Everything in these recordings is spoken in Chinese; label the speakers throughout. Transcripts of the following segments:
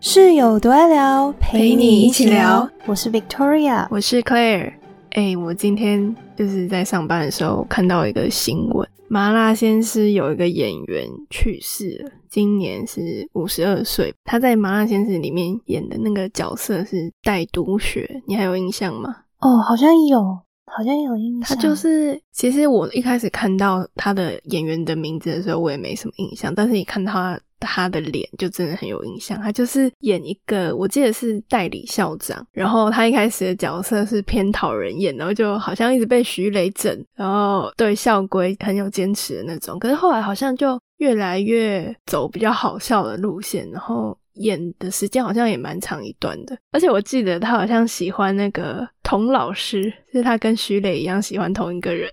Speaker 1: 室友多爱聊，陪
Speaker 2: 你一起聊。
Speaker 1: 我是 Victoria，
Speaker 2: 我是 Claire。哎、我今天就是在上班的时候看到一个新闻，麻辣鲜师有一个演员去世了，今年是五十二岁。他在麻辣鲜师里面演的那个角色是带毒血，你还有印象吗？
Speaker 1: 哦，好像有，好像有印
Speaker 2: 他
Speaker 1: 象。
Speaker 2: 就是，其实我一开始看到他的演员的名字的时候，我也没什么印象，但是一看到他他的脸，就真的很有印象。他就是演一个，我记得是代理校长，然后他一开始的角色是偏讨人厌，然后就好像一直被徐雷整，然后对校规很有坚持的那种。可是后来好像就越来越走比较好笑的路线，然后。演的时间好像也蛮长一段的，而且我记得他好像喜欢那个童老师，就是他跟徐磊一样喜欢同一个人。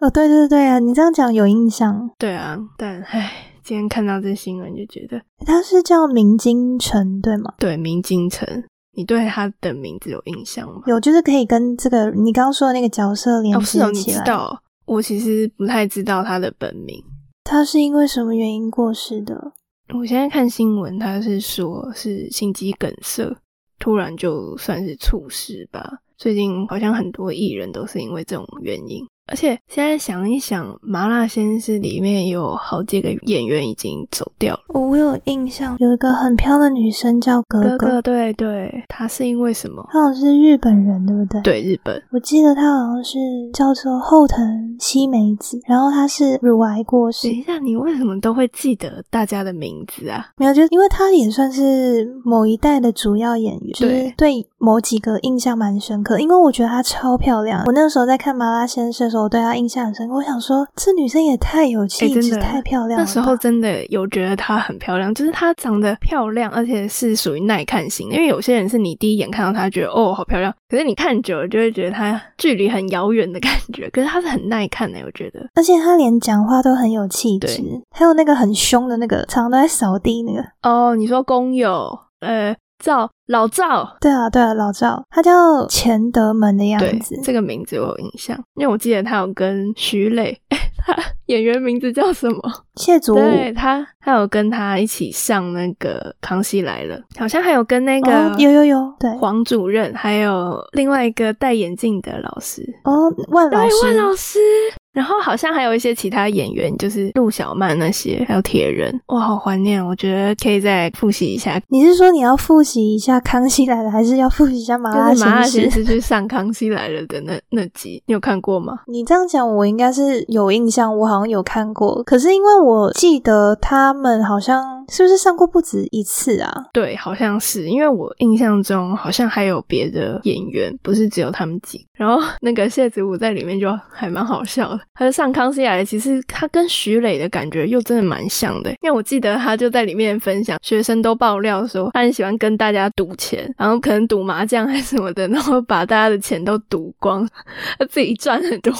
Speaker 1: 哦，对对对啊，你这样讲有印象。
Speaker 2: 对啊，但唉，今天看到这新闻就觉得，
Speaker 1: 他是叫明金城对吗？
Speaker 2: 对明金城，你对他的名字有印象吗？
Speaker 1: 有，就是可以跟这个你刚刚说的那个角色连
Speaker 2: 哦，是
Speaker 1: 接
Speaker 2: 哦，你
Speaker 1: 起
Speaker 2: 知
Speaker 1: 来。
Speaker 2: 道哦、我其实不太知道他的本名。
Speaker 1: 他是因为什么原因过世的？
Speaker 2: 我现在看新闻，他是说是心肌梗塞，突然就算是猝死吧。最近好像很多艺人都是因为这种原因，而且现在想一想，《麻辣鲜师》里面有好几个演员已经走掉了。
Speaker 1: 哦我有印象，有一个很漂亮的女生叫格格，
Speaker 2: 哥哥，对对，他是因为什么？
Speaker 1: 她好像是日本人，对不对？。
Speaker 2: 对日本，
Speaker 1: 我记得她好像是叫做后藤希美子，然后她是乳癌过世
Speaker 2: 等，一下，你为什么都会记得大家的名字啊？
Speaker 1: 没有，就因为她也算是某一代的主要演员，就是
Speaker 2: 对
Speaker 1: 对某几个印象蛮深刻。因为我觉得她超漂亮，我那时候在看《麻辣鲜师》的时候，我对她印象很深刻。我想说，这女生也太有气
Speaker 2: 真
Speaker 1: 质，
Speaker 2: 的
Speaker 1: 太漂亮了
Speaker 2: 那
Speaker 1: 吧。
Speaker 2: 时候真的有觉得她很漂亮，就是她长得漂亮，而且是属于耐看型的。因为有些人是你第一眼看到她觉得哦好漂亮，可是你看久了就会觉得她距离很遥远的感觉。可是她是很耐看的，我觉得。
Speaker 1: 而且她连讲话都很有气质
Speaker 2: 对，
Speaker 1: 还有那个很凶的那个，常常都在扫地那个。
Speaker 2: 哦，你说工友，呃，赵老赵，
Speaker 1: 对啊，对啊，老赵，他叫钱德门的样
Speaker 2: 对
Speaker 1: 子，。
Speaker 2: 这个名字我有印象，因为我记得他有跟徐磊，他演员名字叫什么？
Speaker 1: 谢祖武，
Speaker 2: 对他，他有跟他一起上那个《康熙来了》，好像还有跟那
Speaker 1: 哦，有
Speaker 2: 个
Speaker 1: 有有，对，
Speaker 2: 黄主任，还有另外一个戴眼镜的老师，
Speaker 1: 哦，万
Speaker 2: 对，
Speaker 1: 老师，
Speaker 2: 万老师。然后好像还有一些其他演员，就是陆小曼那些，还有铁人，哇，好怀念！哦我觉得可以再复习一下，
Speaker 1: 你是说你要复习一下《康熙来了》，还是要复习一下《麻辣
Speaker 2: 就是麻辣
Speaker 1: 鲜
Speaker 2: 先
Speaker 1: 师》？
Speaker 2: 生去上《康熙来了》的那那集，你有看过吗？
Speaker 1: 你这样讲，我应该是有印象，我好像有看过。可是因为我记得他们好像是不是上过不止一次啊？
Speaker 2: 对，好像是，因为我印象中好像还有别的演员，不是只有他们几个。然后 那个谢子武在里面就还蛮好笑的，他就上康熙来了，其实他跟徐磊的感觉又真的蛮像的，因为我记得他就在里面分享，学生都爆料说他很喜欢跟大家赌钱，然后可能赌麻将还是什么的，然后把大家的钱都赌光，他自己赚很多。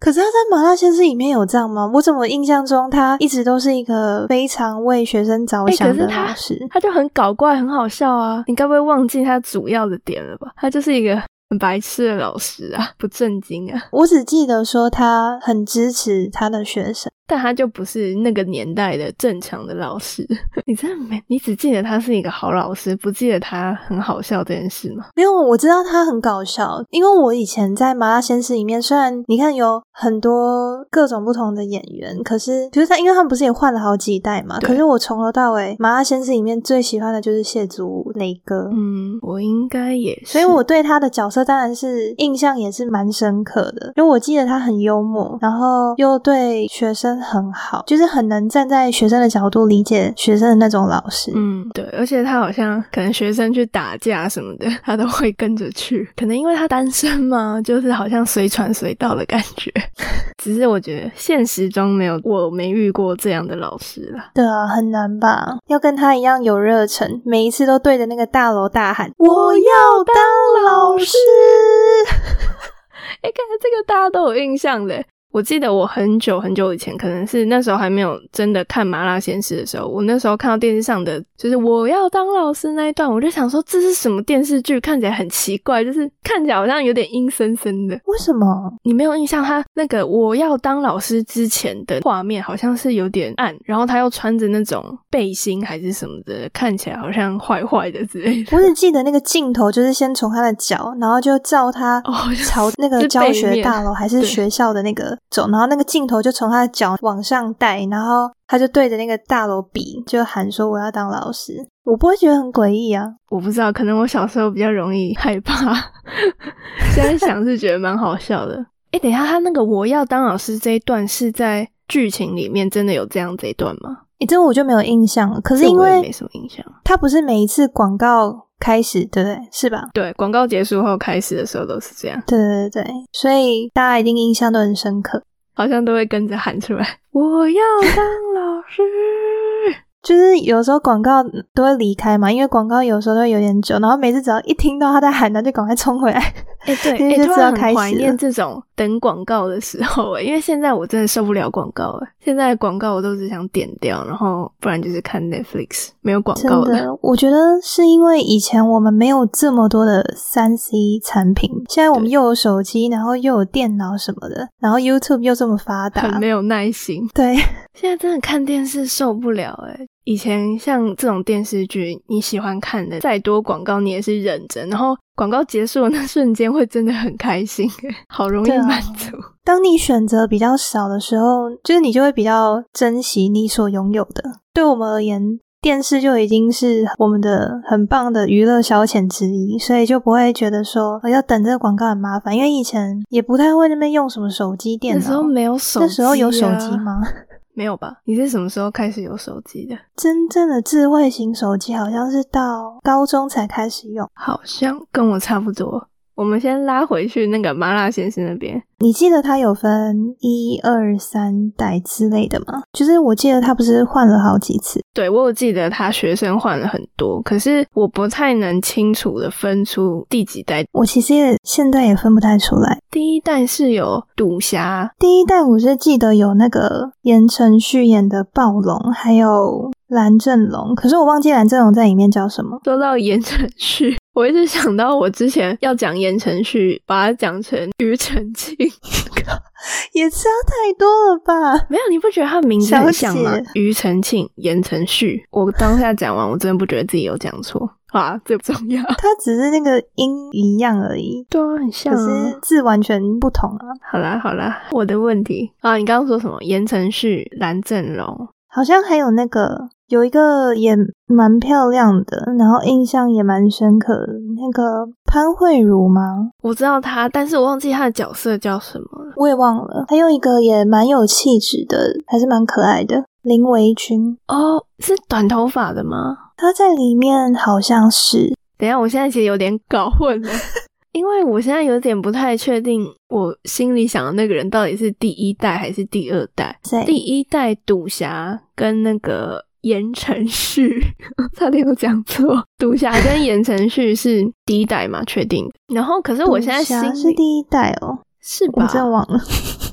Speaker 1: 可是他在《麻辣鲜师》里面有这样吗？我怎么印象中他一直都是一个非常为学生着
Speaker 2: 哎可
Speaker 1: 想
Speaker 2: 是
Speaker 1: 的
Speaker 2: 他
Speaker 1: 老师？
Speaker 2: 他就很搞怪，很好笑啊！你该不会忘记他主要的点了吧？他就是一个很白痴的老师啊，不正经啊。
Speaker 1: 我只记得说他很支持他的学生。
Speaker 2: 但他就不是那个年代的正常的老师。 你真的没，你只记得他是一个好老师，不记得他很好笑这件事吗？
Speaker 1: 没有，我知道他很搞笑，因为我以前在《麻辣鲜师》里面，虽然你看有很多各种不同的演员，可是就是他，因为他们不是也换了好几代嘛，
Speaker 2: 对
Speaker 1: 可是我从头到尾《麻辣鲜师》里面最喜欢的就是谢祖武磊哥。
Speaker 2: 嗯，我应该也是。
Speaker 1: 所以我对他的角色当然是印象也是蛮深刻的，因为我记得他很幽默，然后又对学生很好，就是很能站在学生的角度理解学生的那种老师。
Speaker 2: 嗯，对，而且他好像可能学生去打架什么的，他都会跟着去。可能因为他单身嘛，就是好像随传随到的感觉。 只是我觉得现实中没有，我没遇过这样的老师啦。
Speaker 1: 对啊，很难吧？要跟他一样有热忱，每一次都对着那个大楼大喊：“我要当老师
Speaker 2: 哎，看来这个大家都有印象的。我记得我很久很久以前，可能是那时候还没有真的看《麻辣鲜师》的时候，我那时候看到电视上的就是我要当老师那一段，我就想说这是什么电视剧，看起来很奇怪，就是看起来好像有点阴森森的。
Speaker 1: 为什么？
Speaker 2: 你没有印象，他那个我要当老师之前的画面好像是有点暗，然后他又穿着那种背心还是什么的，看起来好像坏坏的之类的。
Speaker 1: 我只记得那个镜头就是先从他的脚，然后就照他
Speaker 2: 哦好像
Speaker 1: 朝那个
Speaker 2: 是
Speaker 1: 教
Speaker 2: 背
Speaker 1: 学
Speaker 2: 面
Speaker 1: 大楼还是
Speaker 2: 对
Speaker 1: 学校的那个走，然后那个镜头就从他的脚往上带，然后他就对着那个大楼比，就喊说我要当老师。我不会觉得很诡异啊，
Speaker 2: 我不知道，可能我小时候比较容易害怕， 现在想是觉得蛮好笑的。哎、等一下，他那个我要当老师这一段是在剧情里面真的有这样这一段吗？
Speaker 1: 诶这个我就没有印象了。可是
Speaker 2: 这
Speaker 1: 因
Speaker 2: 我也
Speaker 1: 为
Speaker 2: 没什么印象。
Speaker 1: 他不是每一次广告开始，对不对？是吧？
Speaker 2: 对，广告结束后开始的时候都是这样，
Speaker 1: 对对对对，所以大家一定印象都很深刻。
Speaker 2: 好像都会跟着喊出来：“我要当老师。
Speaker 1: 就是有时候广告都会离开嘛，因为广告有时候都会有点久，然后每次只要一听到他在喊，他就赶快冲回来。”
Speaker 2: 哎、对，
Speaker 1: 因为
Speaker 2: 哎、
Speaker 1: 就
Speaker 2: 突
Speaker 1: 知道
Speaker 2: 然
Speaker 1: 开
Speaker 2: 很
Speaker 1: 始
Speaker 2: 怀念
Speaker 1: 了
Speaker 2: 这种等广告的时候、哎，因为现在我真的受不了广告了。现在的广告我都只想点掉，然后不然就是看 Netflix，没有广
Speaker 1: 真
Speaker 2: 告
Speaker 1: 的，我觉得是因为以前我们没有这么多的三 C 产品，现在我们
Speaker 2: 对
Speaker 1: 又有手机，然后又有电脑什么的，然后 YouTube 又这么发达
Speaker 2: 很，没有耐心。
Speaker 1: 对，
Speaker 2: 啊现在真的看电视受不了哎、以前像这种电视剧，你喜欢看的再多广告，你也是忍着，然后广告结束的那瞬间会真的很开心、欸， 好容易
Speaker 1: 对啊
Speaker 2: 满足。
Speaker 1: 当你选择比较少的时候，就是你就会比较珍惜你所拥有的。对我们而言，电视就已经是我们的很棒的娱乐消遣之一，所以就不会觉得说、呃要等这个广告很麻烦。因为以前也不太会那边用什么手机、电
Speaker 2: 那
Speaker 1: 脑，
Speaker 2: 时候没有手、啊，
Speaker 1: 那时候有手机？吗？
Speaker 2: 没有吧？你是什么时候开始有手机的？
Speaker 1: 真正的智慧型手机好像是到高中才开始用。
Speaker 2: 好像跟我差不多。我们先拉回去那个麻辣先生那边，
Speaker 1: 你记得它有分一二三代之类的吗？就是我记得它不是换了好几次。
Speaker 2: 对我有记得他学生换了很多，可是我不太能清楚的分出第几代。
Speaker 1: 我其实也现在也分不太出来。
Speaker 2: 第一代是有赌侠，
Speaker 1: 第一代我是记得有那个言承旭演的暴龙，还有蓝正龙，可是我忘记蓝正龙在里面叫什么。
Speaker 2: 说到言承旭， 我一直想到我之前要讲言承旭，把它讲成庾澄庆。
Speaker 1: 也差太多了 吧？
Speaker 2: 没有，你不觉得他名字很像吗
Speaker 1: 小姐？
Speaker 2: 庾澄庆、言承旭。我当下讲完，我真的不觉得自己有讲错 啊，这不重要。
Speaker 1: 它只是那个音一样而已，
Speaker 2: 对啊，很像、
Speaker 1: 可
Speaker 2: 啊
Speaker 1: 是。字完全不同啊。
Speaker 2: 好啦好啦，我的问题啊，你刚刚说什么？言承旭、蓝正龙，
Speaker 1: 好像还有那个有一个也蛮漂亮的，然后印象也蛮深刻的，那个潘慧茹吗？
Speaker 2: 我知道他，但是我忘记他的角色叫什么了。
Speaker 1: 我也忘了。还有一个也蛮有气质的，还是蛮可爱的林维君，
Speaker 2: 哦，是短头发的吗？
Speaker 1: 她在里面好像是
Speaker 2: 等一下，我现在其实有点搞混了， 因为我现在有点不太确定，我心里想的那个人到底是第一代还是第二代。
Speaker 1: 在
Speaker 2: 第一代赌侠跟那个言承 旭，差点有讲错，赌侠跟言承旭是第一代嘛？确定。然后，可是我现在
Speaker 1: 赌
Speaker 2: 心
Speaker 1: 侠
Speaker 2: 里
Speaker 1: 是第一代哦，
Speaker 2: 是
Speaker 1: 我
Speaker 2: 吧？
Speaker 1: 真的忘了。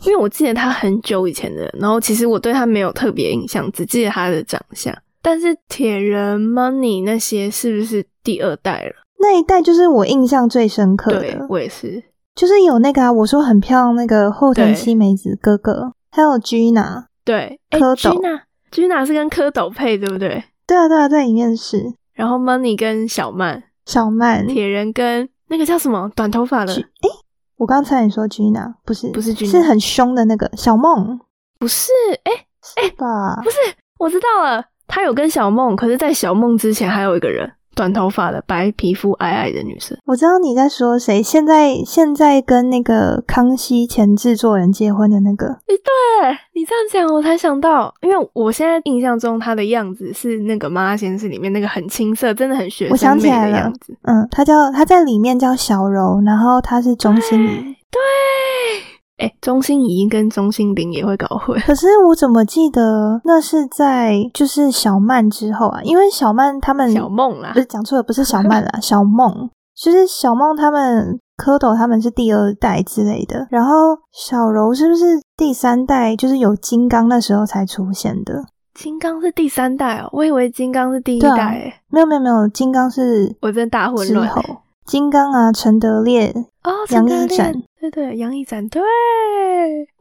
Speaker 2: 因为我记得他很久以前的人，然后其实我对他没有特别印象，只记得他的长相。但是铁人 Money 那些是不是第二代了？
Speaker 1: 那一代就是我印象最深刻
Speaker 2: 对
Speaker 1: 的，
Speaker 2: 我也是。
Speaker 1: 就是有那个啊，我说很漂亮那个后藤
Speaker 2: 对
Speaker 1: 七美子哥哥，还有 Gina，
Speaker 2: 对，哎
Speaker 1: 蝌蚪
Speaker 2: ，Gina Gina 是跟蝌蚪配，对不对？
Speaker 1: 对啊对啊，在里面是
Speaker 2: 然后 Money 跟小曼，
Speaker 1: 小曼。
Speaker 2: 铁人跟那个叫什么短头发的，
Speaker 1: 哎，我刚才你说 Gina 不是
Speaker 2: 不是 Gina
Speaker 1: 是很凶的那个小梦
Speaker 2: 不是？哎，
Speaker 1: 是吧？
Speaker 2: 不是，我知道了，他有跟小梦，可是，在小梦之前还有一个人，短头发的白皮肤矮矮的女生。
Speaker 1: 我知道你在说谁，现在现在跟那个康熙前制作人结婚的那个，
Speaker 2: 对你这样讲，我才想到，因为我现在印象中他的样子是那个《麻辣鲜师》里面那个很青涩，真的很学
Speaker 1: 我
Speaker 2: 生
Speaker 1: 想起
Speaker 2: 妹
Speaker 1: 来
Speaker 2: 的
Speaker 1: 了
Speaker 2: 样子。
Speaker 1: 嗯，他叫他在里面叫小柔，然后他是钟欣
Speaker 2: 哎
Speaker 1: 怡。
Speaker 2: 对，哎，钟欣怡跟钟欣凌也会搞混。
Speaker 1: 可是我怎么记得那是在就是小曼之后啊？因为小曼他们
Speaker 2: 嗯小梦啦
Speaker 1: 不，是讲错了，不是小曼啦，小梦，就是小梦他们蝌蚪他们是第二代之类的，然后小柔是不是第三代？就是有金刚那时候才出现的？
Speaker 2: 金刚是第三代哦，我以为金刚是第一
Speaker 1: 对啊
Speaker 2: 代欸，
Speaker 1: 没有没有没有，金刚是
Speaker 2: 我真的大混
Speaker 1: 之
Speaker 2: 乱
Speaker 1: 后，金刚啊，陈德烈，
Speaker 2: 哦，
Speaker 1: 杨
Speaker 2: 陈德
Speaker 1: 一
Speaker 2: 烈
Speaker 1: 展，
Speaker 2: 对对，杨一展，对，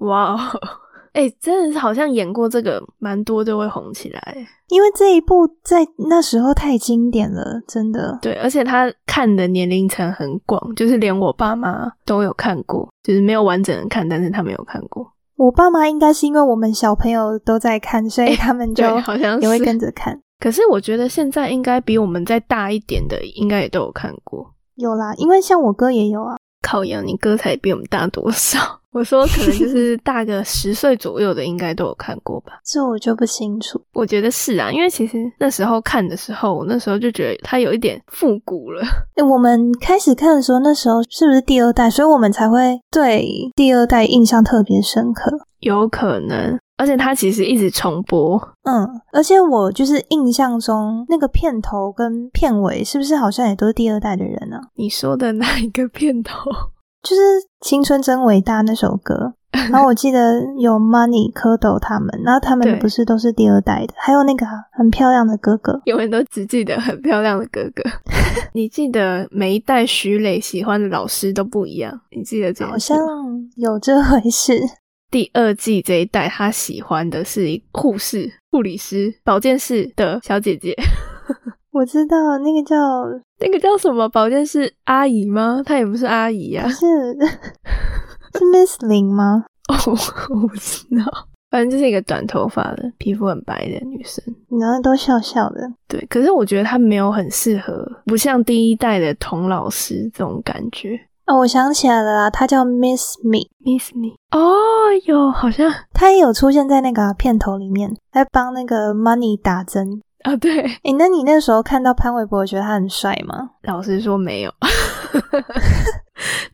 Speaker 2: 哇哦， 哎、真的是好像演过这个，蛮多就会红起来。
Speaker 1: 因为这一部在那时候太经典了，真的。
Speaker 2: 对，而且他看的年龄层很广，就是连我爸妈都有看过，就是没有完整的看，但是他们有看过，
Speaker 1: 我爸妈应该是因为我们小朋友都在看，所以他们就
Speaker 2: 哎对，好像
Speaker 1: 也会
Speaker 2: 是。
Speaker 1: 跟着看。
Speaker 2: 可是我觉得现在应该比我们再大一点的，应该也都有看过。
Speaker 1: 有啦，因为像我哥也有啊，
Speaker 2: 靠呀，你哥才比我们大多少？ 我说可能就是大个十岁左右的，应该都有看过吧。
Speaker 1: 这我就不清楚。
Speaker 2: 我觉得是啊，因为其实那时候看的时候，我那时候就觉得它有一点复古了。
Speaker 1: 诶我们开始看的时候，那时候是不是第二代？所以我们才会对第二代印象特别深刻。
Speaker 2: 有可能，而且它其实一直重播。
Speaker 1: 嗯，而且我就是印象中那个片头跟片尾，是不是好像也都是第二代的人啊？
Speaker 2: 你说的哪一个片头？
Speaker 1: 就是《青春真伟大》那首歌，然后我记得有 Money、蝌蚪他们，然后他
Speaker 2: 对
Speaker 1: 们不是都是第二代的，还有那个啊、很漂亮的哥哥，
Speaker 2: 有人都只记得很漂亮的哥 哥。你记得每一代徐磊喜欢的老师都不一样，你记得这件
Speaker 1: 好
Speaker 2: 事吗
Speaker 1: 像有这回事。
Speaker 2: 第二季这一代他喜欢的是一护士、护理师、保健室的小姐姐，
Speaker 1: 我知道那个叫
Speaker 2: 那个叫什么保健室阿姨吗？她也不是阿姨呀、啊
Speaker 1: 不是是 Miss 林吗？
Speaker 2: 哦，我不知道，反正就是一个短头发的、皮肤很白的女生。
Speaker 1: 然后都笑笑的，
Speaker 2: 对，可是我觉得她没有很适合，不像第一代的童老师这种感觉。
Speaker 1: 哦，我想起来了啦，他叫 Miss Me，
Speaker 2: Miss 你哦，有好像
Speaker 1: 他也有出现在那个啊片头里面，还帮那个 Money 打针。
Speaker 2: 啊，对，
Speaker 1: 诶，那你那时候看到潘玮柏，觉得他很帅吗？
Speaker 2: 老师说没有，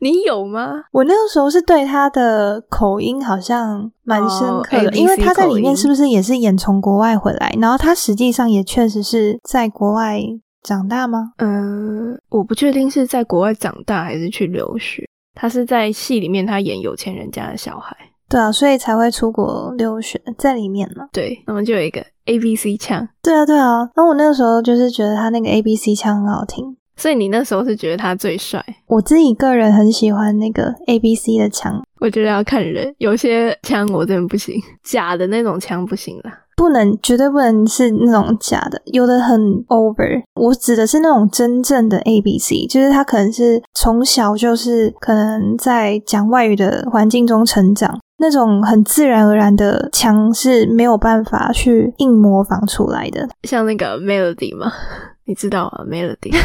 Speaker 2: 你有吗？
Speaker 1: 我那个时候是对他的口音好像蛮深刻的
Speaker 2: 哦 ABC
Speaker 1: 因为他在里
Speaker 2: 口音
Speaker 1: 面是不是也是演从国外回来，然后他实际上也确实是在国外长大吗？
Speaker 2: 嗯、我不确定是在国外长大还是去留学。他是在戏里面，他演有钱人家的小孩。
Speaker 1: 对啊，所以才会出国留学在里面嘛。
Speaker 2: 对，那么就有一个 A B C 腔。
Speaker 1: 对啊，对啊。那我那个时候就是觉得他那个 A B C 腔很好听，
Speaker 2: 所以你那时候是觉得他最帅？
Speaker 1: 我自己个人很喜欢那个 A B C 的腔，
Speaker 2: 我觉得要看人，有些枪我真的不行，假的那种枪不行啦。
Speaker 1: 不能绝对不能是那种假的，有的很 over。我指的是那种真正的 A B C，就是他可能是从小就是可能在讲外语的环境中成长，那种很自然而然的腔是没有办法去硬模仿出来的。
Speaker 2: 像那个 Melody 嘛， 你知道啊，Melody，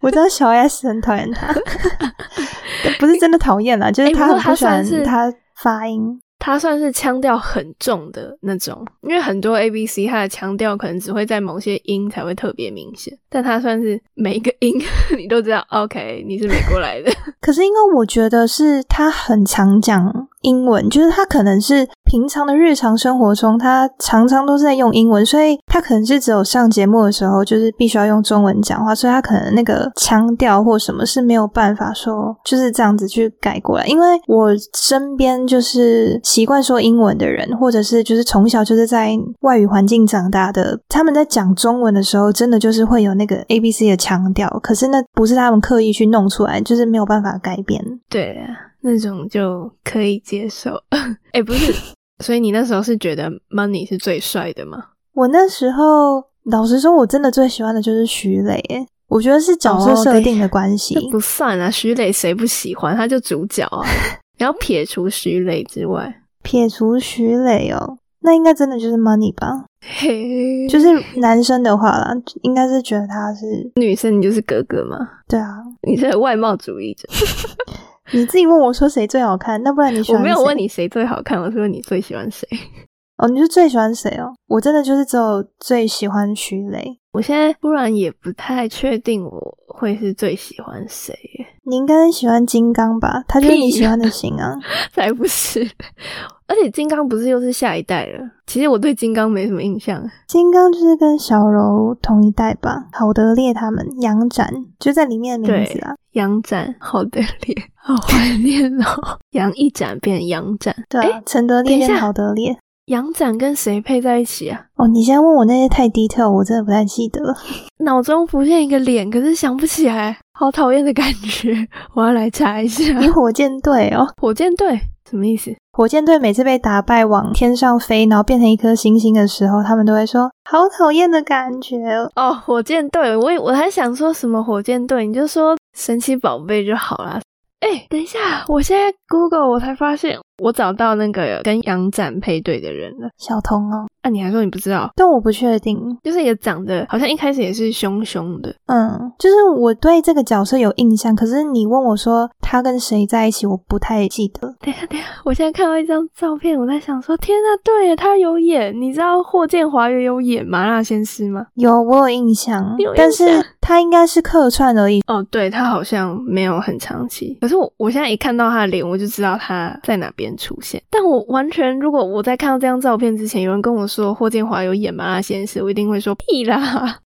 Speaker 1: 我知道小 S 很讨厌 他，不是真的讨厌啦，就是
Speaker 2: 诶
Speaker 1: 他很
Speaker 2: 不过他
Speaker 1: 不喜欢
Speaker 2: 算是
Speaker 1: 他发音。
Speaker 2: 他算是腔调很重的那种，因为很多 A B C 他的腔调可能只会在某些音才会特别明显，但他算是每一个音 你都知道，OK，你是美国来的，
Speaker 1: 可是因为我觉得是他很常讲英文，就是他可能是平常的日常生活中，他常常都是在用英文，所以他可能是只有上节目的时候，就是必须要用中文讲话，所以他可能那个腔调或什么是没有办法说就是这样子去改过来。因为我身边就是习惯说英文的人，或者是就是从小就是在外语环境长大的，他们在讲中文的时候，真的就是会有那个 A B C 的腔调，可是那不是他们刻意去弄出来，就是没有办法改变。
Speaker 2: 对啊，那种就可以接受。 哎、不是，所以你那时候是觉得 Money 是最帅的吗？
Speaker 1: 我那时候老实说，我真的最喜欢的就是徐磊耶，我觉得是角色
Speaker 2: 哦
Speaker 1: 设定的关系。
Speaker 2: 这不算啊，徐磊谁不喜欢？他就主角 啊。你要撇除徐磊之外，
Speaker 1: 撇除徐磊哦，那应该真的就是 Money 吧？
Speaker 2: 嘿，
Speaker 1: 就是男生的话啦，应该是觉得他是
Speaker 2: 女生你就是格格嘛，
Speaker 1: 对啊。
Speaker 2: 你是外貌主义者。
Speaker 1: 你自己问我说谁最好看，那不然你喜
Speaker 2: 我
Speaker 1: 欢
Speaker 2: 没有
Speaker 1: 谁
Speaker 2: 问你谁最好看，我是问你最喜欢谁。
Speaker 1: 哦，你是最喜欢谁哦？我真的就是只有最喜欢徐磊。
Speaker 2: 我现在突然也不太确定我会是最喜欢 谁耶，
Speaker 1: 你应该喜欢金刚吧？他就是你
Speaker 2: 屁
Speaker 1: 喜欢的型啊。
Speaker 2: 才不是。而且金刚不是又是下一代了？其实我对金刚没什么印象。啊
Speaker 1: 金刚就是跟小柔同一代吧，好德烈他们杨展就在里面的名字啊。
Speaker 2: 杨展，好的脸，好怀念哦。 杨一展变杨展，
Speaker 1: 对
Speaker 2: 诶
Speaker 1: 啊，陈德烈
Speaker 2: 等一下
Speaker 1: 跟好德烈。
Speaker 2: 杨展跟谁配在一起啊？
Speaker 1: 哦，你现在问我那些太 detail，我真的不太记得 了。
Speaker 2: 脑中浮现一个脸，可是想不起来，好讨厌的感觉。 我要来查一下。
Speaker 1: 你火箭队哦，
Speaker 2: 火箭队什么意思？
Speaker 1: 火箭队每次被打败往天上飞，然后变成一颗星星的时候，他们都会说“好讨厌的感觉哦
Speaker 2: 哦，火箭队，我以我还想说什么火箭队，你就说神奇宝贝就好啦。哎，等一下，我现在 Google 我才发现，我找到那个跟杨展配对的人了”。。
Speaker 1: 小童哦，
Speaker 2: 啊，你还说你不知道？
Speaker 1: 但我不确定。
Speaker 2: 就是也长得好像一开始也是凶凶的，
Speaker 1: 嗯，就是我对这个角色有印象，可是你问我说他跟谁在一起，我不太记得。
Speaker 2: 等一下，等一下，我现在看到一张照片，我在想说，天呐，对耶，他有演，你知道霍建华也有演麻辣鲜师吗？
Speaker 1: 有，我有印象，
Speaker 2: 你有印
Speaker 1: 但
Speaker 2: 象
Speaker 1: 是他应该是客串而已。
Speaker 2: 哦，对他好像没有很长期，可是我我现在一看到他的脸，我就知道他在哪边出现。但我完全，如果我在看到这张照片之前，有人跟我说霍建华有演麻辣鲜师，我一定会说屁啦，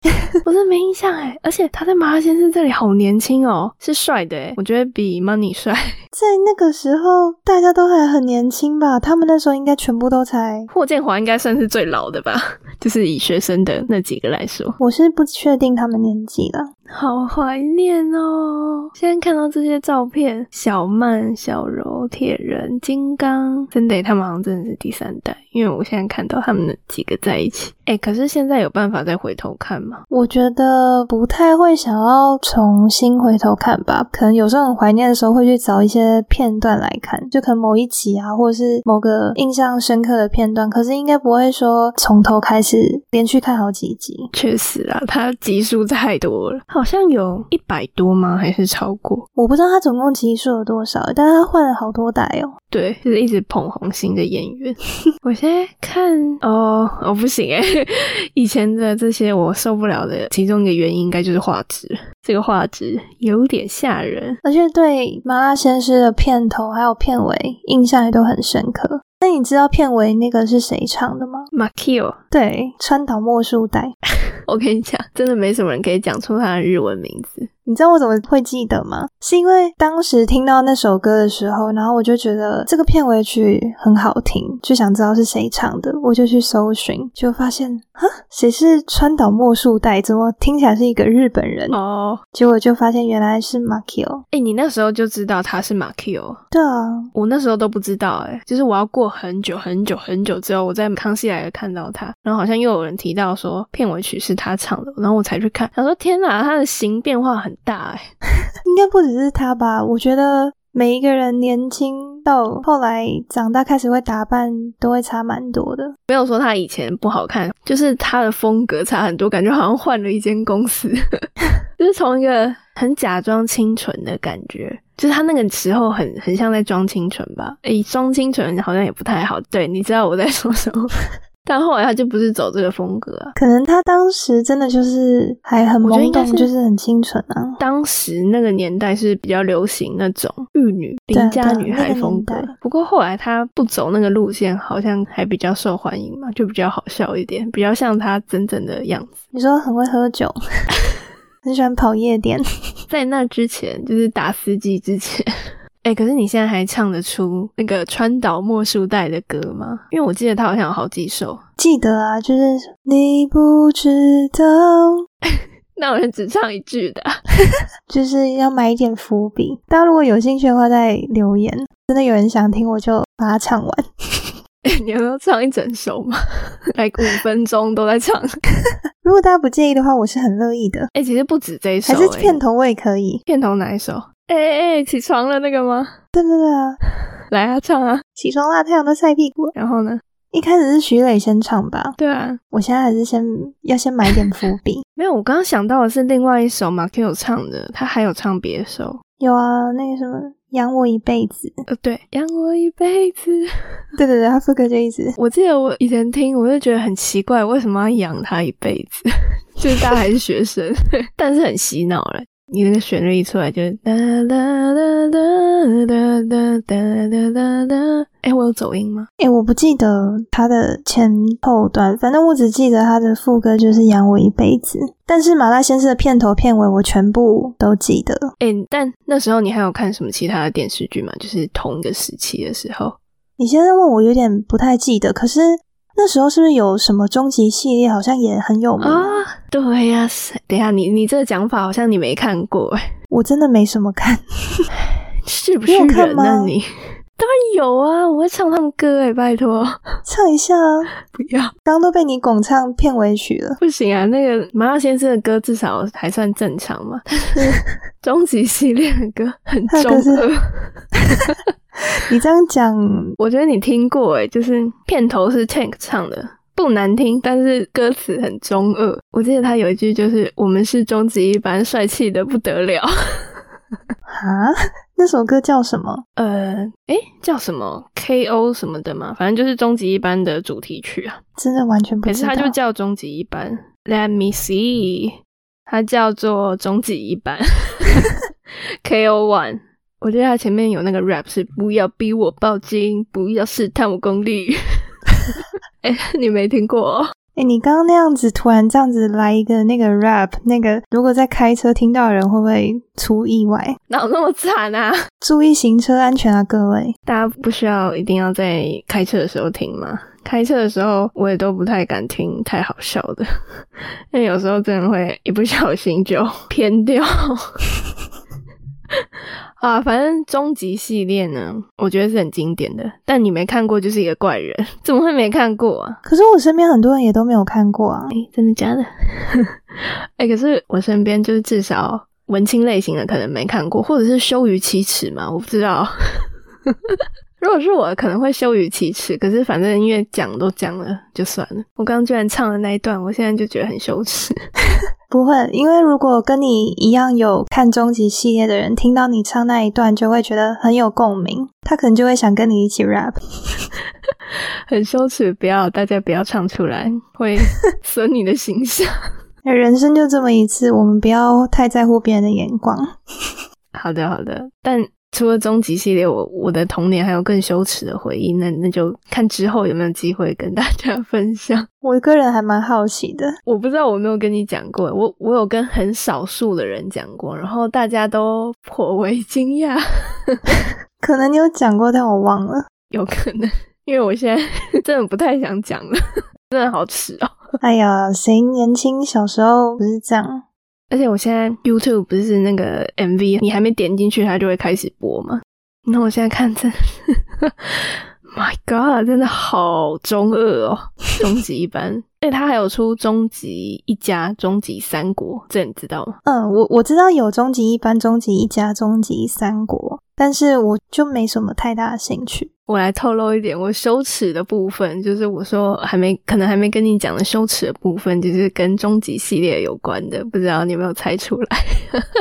Speaker 2: 我真的没印象哎。而且他在麻辣鲜师这里好年轻哦，是帅的哎，我觉得比 Money 帅。
Speaker 1: 在那个时候，大家都还很年轻吧？他们那时候应该全部都才……
Speaker 2: 霍建华应该算是最老的吧， 就是以学生的那几个来说。
Speaker 1: 我是不确定他们年纪了。
Speaker 2: 好怀念哦！现在看到这些照片，小曼、小柔、铁人、金刚、真的，他们好像真的是第三代，因为我现在看到他们的几个在一起。哎，可是现在有办法再回头看吗？
Speaker 1: 我觉得不太会想要重新回头看吧，可能有时候很怀念的时候会去找一些片段来看，就可能某一集啊，或者是某个印象深刻的片段，可是应该不会说从头开始连续看好几集。
Speaker 2: 确实啦，他集数太多了，好像有一百多吗？还是超过？
Speaker 1: 我不知道他总共集数有多少，但他换了好多代哦。
Speaker 2: 对，就是一直捧红新的演员。 我现在看哦，哦不行哎， 以前的这些我受不了的，其中一个原因应该就是画质，这个画质有点吓人。
Speaker 1: 而且对麻辣鲜师的片头还有片尾印象也都很深刻。那你知道片尾那个是谁唱的吗？
Speaker 2: Makio，
Speaker 1: 对，川岛茉树代。
Speaker 2: 我跟你讲，真的没什么人可以讲出他的日文名字。
Speaker 1: 你知道我怎么会记得吗？是因为当时听到那首歌的时候，然后我就觉得这个片尾曲很好听，就想知道是谁唱的，我就去搜寻，就发现哈，谁是川岛茉树代？怎么听起来是一个日本人？
Speaker 2: 哦，
Speaker 1: 结果就发现原来是 Makio。
Speaker 2: 哎，你那时候就知道他是 Makio，
Speaker 1: 对啊，
Speaker 2: 我那时候都不知道、诶哎，就是我要过很久很久很久之后，我在康熙来了看到他，然后好像又有人提到说片尾曲是他唱的，然后我才去看，他说天哪，他的型变化很大、诶哎，
Speaker 1: 应该不只是他吧？我觉得每一个人年轻到后来长大开始会打扮，都会差蛮多的。
Speaker 2: 没有说他以前不好看，就是他的风格差很多，感觉好像换了一间公司， 就是从一个很假装清纯的感觉，就是他那个时候很很像在装清纯吧？诶，装清纯好像也不太好，对，你知道我在说什么？ 但后来他就不是走这个风格啊。
Speaker 1: 可能他当时真的就是还很
Speaker 2: 我觉得
Speaker 1: 懵
Speaker 2: 应该
Speaker 1: 懂，
Speaker 2: 是
Speaker 1: 就是很清纯啊。
Speaker 2: 当时那个年代是比较流行那种玉女、
Speaker 1: 对啊
Speaker 2: 邻家
Speaker 1: 对啊
Speaker 2: 女孩
Speaker 1: 那个
Speaker 2: 风
Speaker 1: 年
Speaker 2: 格
Speaker 1: 代。
Speaker 2: 不过后来她不走那个路线，好像还比较受欢迎嘛，就比较好笑一点，比较像她真正的样子。
Speaker 1: 你说很会喝酒， 很喜欢跑夜店，
Speaker 2: 在那之前，就是打司机之前。 哎、可是你现在还唱得出那个川岛茉树代的歌吗？因为我记得他好像有好几首，
Speaker 1: 记得啊，就是你不知道，
Speaker 2: 那有人只唱一句的啊。
Speaker 1: 就是要埋一点伏笔。大家如果有兴趣的话，再留言。真的有人想听，我就把它唱完。
Speaker 2: 你有没有唱一整首吗？ 来五分钟都在唱。哎、
Speaker 1: 如果大家不介意的话，我是很乐意的。
Speaker 2: 其实不止这一首、
Speaker 1: 还
Speaker 2: 欸，
Speaker 1: 是片头我也可以。
Speaker 2: 片头哪一首？哎哎哎，起床了那个吗？
Speaker 1: 对对对啊，
Speaker 2: 来啊，唱啊！
Speaker 1: 起床啦，太阳都晒屁股了。
Speaker 2: 然后呢？
Speaker 1: 一开始是徐磊先唱吧，
Speaker 2: 对啊，
Speaker 1: 我现在还是先要先埋一点伏笔。
Speaker 2: 没有，我刚刚想到的是另外一首马 Q 唱的，他还有唱别首。
Speaker 1: 有啊，那个什么养我一辈子，
Speaker 2: 呃，对，养我一辈 子。
Speaker 1: 对对对，他副歌就一直
Speaker 2: 我记得我以前听，我就觉得很奇怪，为什么要养他一辈子？ 就是大家还是学生， 但是很洗脑了。你那个旋律一出来就是哒哒哒哒哒哒哒哒哒哒。哎，我有走音吗？
Speaker 1: 哎、我不记得他的前后段，反正我只记得他的副歌就是“养我一辈子”，但是《麻辣鲜师》的片头片尾我全部都记得。
Speaker 2: 哎，但那时候你还有看什么其他的电视剧吗？就是同一个时期的时候。
Speaker 1: 你现在问我有点不太记得，可是那时候是不是有什么终极系列好像也很有名、啊？
Speaker 2: 啊，对呀、谁等一下，你你这个讲法好像你没看过哎、
Speaker 1: 我真的没什么看，
Speaker 2: 是不
Speaker 1: 你
Speaker 2: 是
Speaker 1: 有
Speaker 2: 人
Speaker 1: 看
Speaker 2: 啊
Speaker 1: 吗
Speaker 2: 你？ 当然有啊，我会唱他们歌哎、拜托，
Speaker 1: 唱一下啊，
Speaker 2: 不要
Speaker 1: 刚都被你拱唱片尾曲了。
Speaker 2: 不行啊！那个麻辣先生的歌至少还算正常嘛，但是 终极系列的歌 很
Speaker 1: 他的
Speaker 2: 中
Speaker 1: 歌是
Speaker 2: 二。
Speaker 1: 你这样讲，
Speaker 2: 我觉得你听过哎、就是片头是 Tank 唱的，不难听，但是歌词很中二。我记得他有一句就是“我们是终极一班，帅气的不得了”。
Speaker 1: 啊， 那首歌叫什么？
Speaker 2: 呃，诶，叫什么 KO 什么的嘛，反正就是终极一班的主题曲啊。
Speaker 1: 真的完全不
Speaker 2: 可
Speaker 1: 知
Speaker 2: 是
Speaker 1: 道。
Speaker 2: 它就叫终极一班，Let me see，它叫做终极一班 KO One。我觉得它前面有那个 rap 是不要逼我报警，不要试探我功力。 哎、你没听过、哦？
Speaker 1: 哎、你刚刚那样子突然这样子来一个那个 rap，那个如果在开车听到的人会不会出意外？
Speaker 2: 哪有那么惨啊？
Speaker 1: 注意行车安全啊，各位！
Speaker 2: 大家不需要一定要在开车的时候听吗？开车的时候我也都不太敢听太好笑的， 因为有时候真的会一不小心就偏掉。 啊，反正终极系列呢，我觉得是很经典的，但你没看过就是一个怪人， 怎么会没看过啊？
Speaker 1: 可是我身边很多人也都没有看过啊
Speaker 2: 哎、。真的假的？ 哎、可是我身边就是至少文青类型的可能没看过，或者是羞于启齿嘛，我不知道。 如果是我，可能会羞于启齿。可是反正因为讲都讲了，就算了。我刚刚居然唱了那一段，我现在就觉得很羞耻。
Speaker 1: 不会，因为如果跟你一样有看终极系列的人，听到你唱那一段，就会觉得很有共鸣，他可能就会想跟你一起 rap。
Speaker 2: 很羞耻，不要，大家不要唱出来，会损你的形象。
Speaker 1: 人生就这么一次，我们不要太在乎别人的眼光。
Speaker 2: 好的，好的。但除了终极系列，我我的童年还有更羞耻的回忆，那那就看之后有没有机会跟大家分享。
Speaker 1: 我个人还蛮好奇的，
Speaker 2: 我不知道我有没有跟你讲过，我我有跟很少数的人讲过，然后大家都颇为惊讶，
Speaker 1: 可能你有讲过，但我忘了。
Speaker 2: 有可能因为我现在真的不太想讲了， 真的好耻哦。
Speaker 1: 哎呀，谁年轻小时候不是这样？
Speaker 2: 而且我现在 YouTube 不是那个 MV，你还没点进去，它就会开始播嘛。那我现在看真的是 ，My God，真的好中二哦，终极一般。 哎，他还有出终极一家、终极三国，这你知道吗？
Speaker 1: 嗯，我我知道有终极一班、终极一家、终极三国，但是我就没什么太大的兴趣。
Speaker 2: 我来透露一点我羞耻的部分，就是我说还没可能还没跟你讲的羞耻的部分，就是跟终极系列有关的，不知道你有没有猜出来？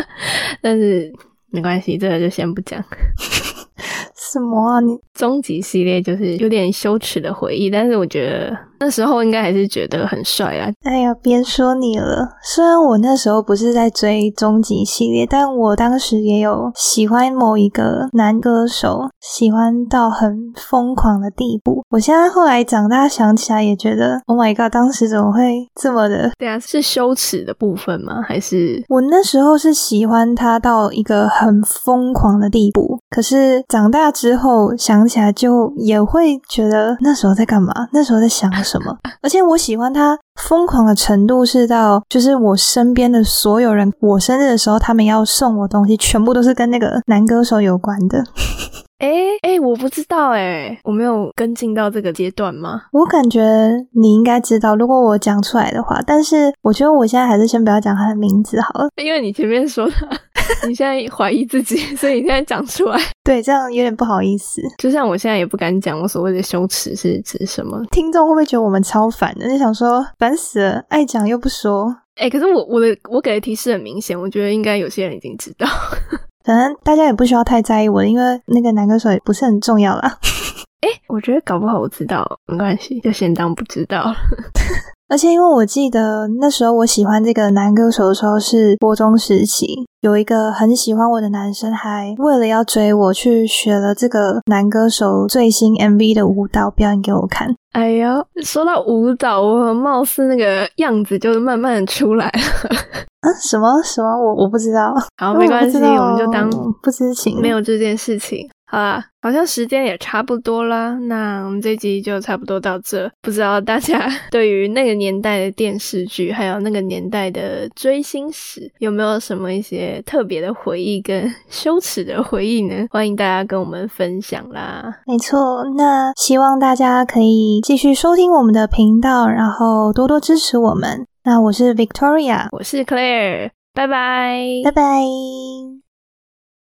Speaker 2: 但是没关系，这个就先不讲。
Speaker 1: 什么啊？你
Speaker 2: 终极系列就是有点羞耻的回忆，但是我觉得那时候应该还是觉得很帅啊。
Speaker 1: 哎呀，别说你了。虽然我那时候不是在追终极系列，但我当时也有喜欢某一个男歌手，喜欢到很疯狂的地步。我现在后来长大想起来，也觉得 Oh my God，当时怎么会这么的
Speaker 2: 对啊，是羞耻的部分吗？还是
Speaker 1: 我那时候是喜欢他到一个很疯狂的地步，可是长大之后想起来，就也会觉得那时候在干嘛，那时候在想什么。而且我喜欢他疯狂的程度是到，就是我身边的所有人，我生日的时候他们要送我东西，全部都是跟那个男歌手有关的。
Speaker 2: 哎哎、诶我不知道哎、我没有跟进到这个阶段吗？
Speaker 1: 我感觉你应该知道，如果我讲出来的话，但是我觉得我现在还是先不要讲他的名字好了。
Speaker 2: 因为你前面说他 你现在怀疑自己，所以你现在讲出来。
Speaker 1: 对，这样有点不好意思。
Speaker 2: 就像我现在也不敢讲我所谓的羞耻是指什么。
Speaker 1: 听众会不会觉得我们超烦的？就想说烦死了，爱讲又不说。
Speaker 2: 哎、可是我我的我给的提示很明显，我觉得应该有些人已经知道。
Speaker 1: 反正大家也不需要太在意我的，因为那个男歌手也不是很重要 啦。
Speaker 2: 哎、我觉得搞不好我知道，没关系，就先当不知道了。
Speaker 1: 而且因为我记得那时候我喜欢这个男歌手的时候是高中时期，有一个很喜欢我的男生，还为了要追我去学了这个男歌手最新 MV 的舞蹈表演给我看。啊
Speaker 2: 哎呀，说到舞蹈，我貌似那个样子就是慢慢的出来了。
Speaker 1: 啊，什么什么？我我不知道。
Speaker 2: 好，哦没关系，
Speaker 1: 哦我不知道哦
Speaker 2: 我们就当
Speaker 1: 不知情。
Speaker 2: 没有这件事情。好啦，好像时间也差不多啦，那我们这集就差不多到这。不知道大家 对于那个年代的电视剧，还有那个年代的追星史，有没有什么一些特别的回忆跟 羞耻的回忆呢？欢迎大家跟我们分享啦。
Speaker 1: 没错，那希望大家可以继续收听我们的频道，然后多多支持我们。那我是 Victoria，
Speaker 2: 我是 Claire，拜拜
Speaker 1: 拜拜。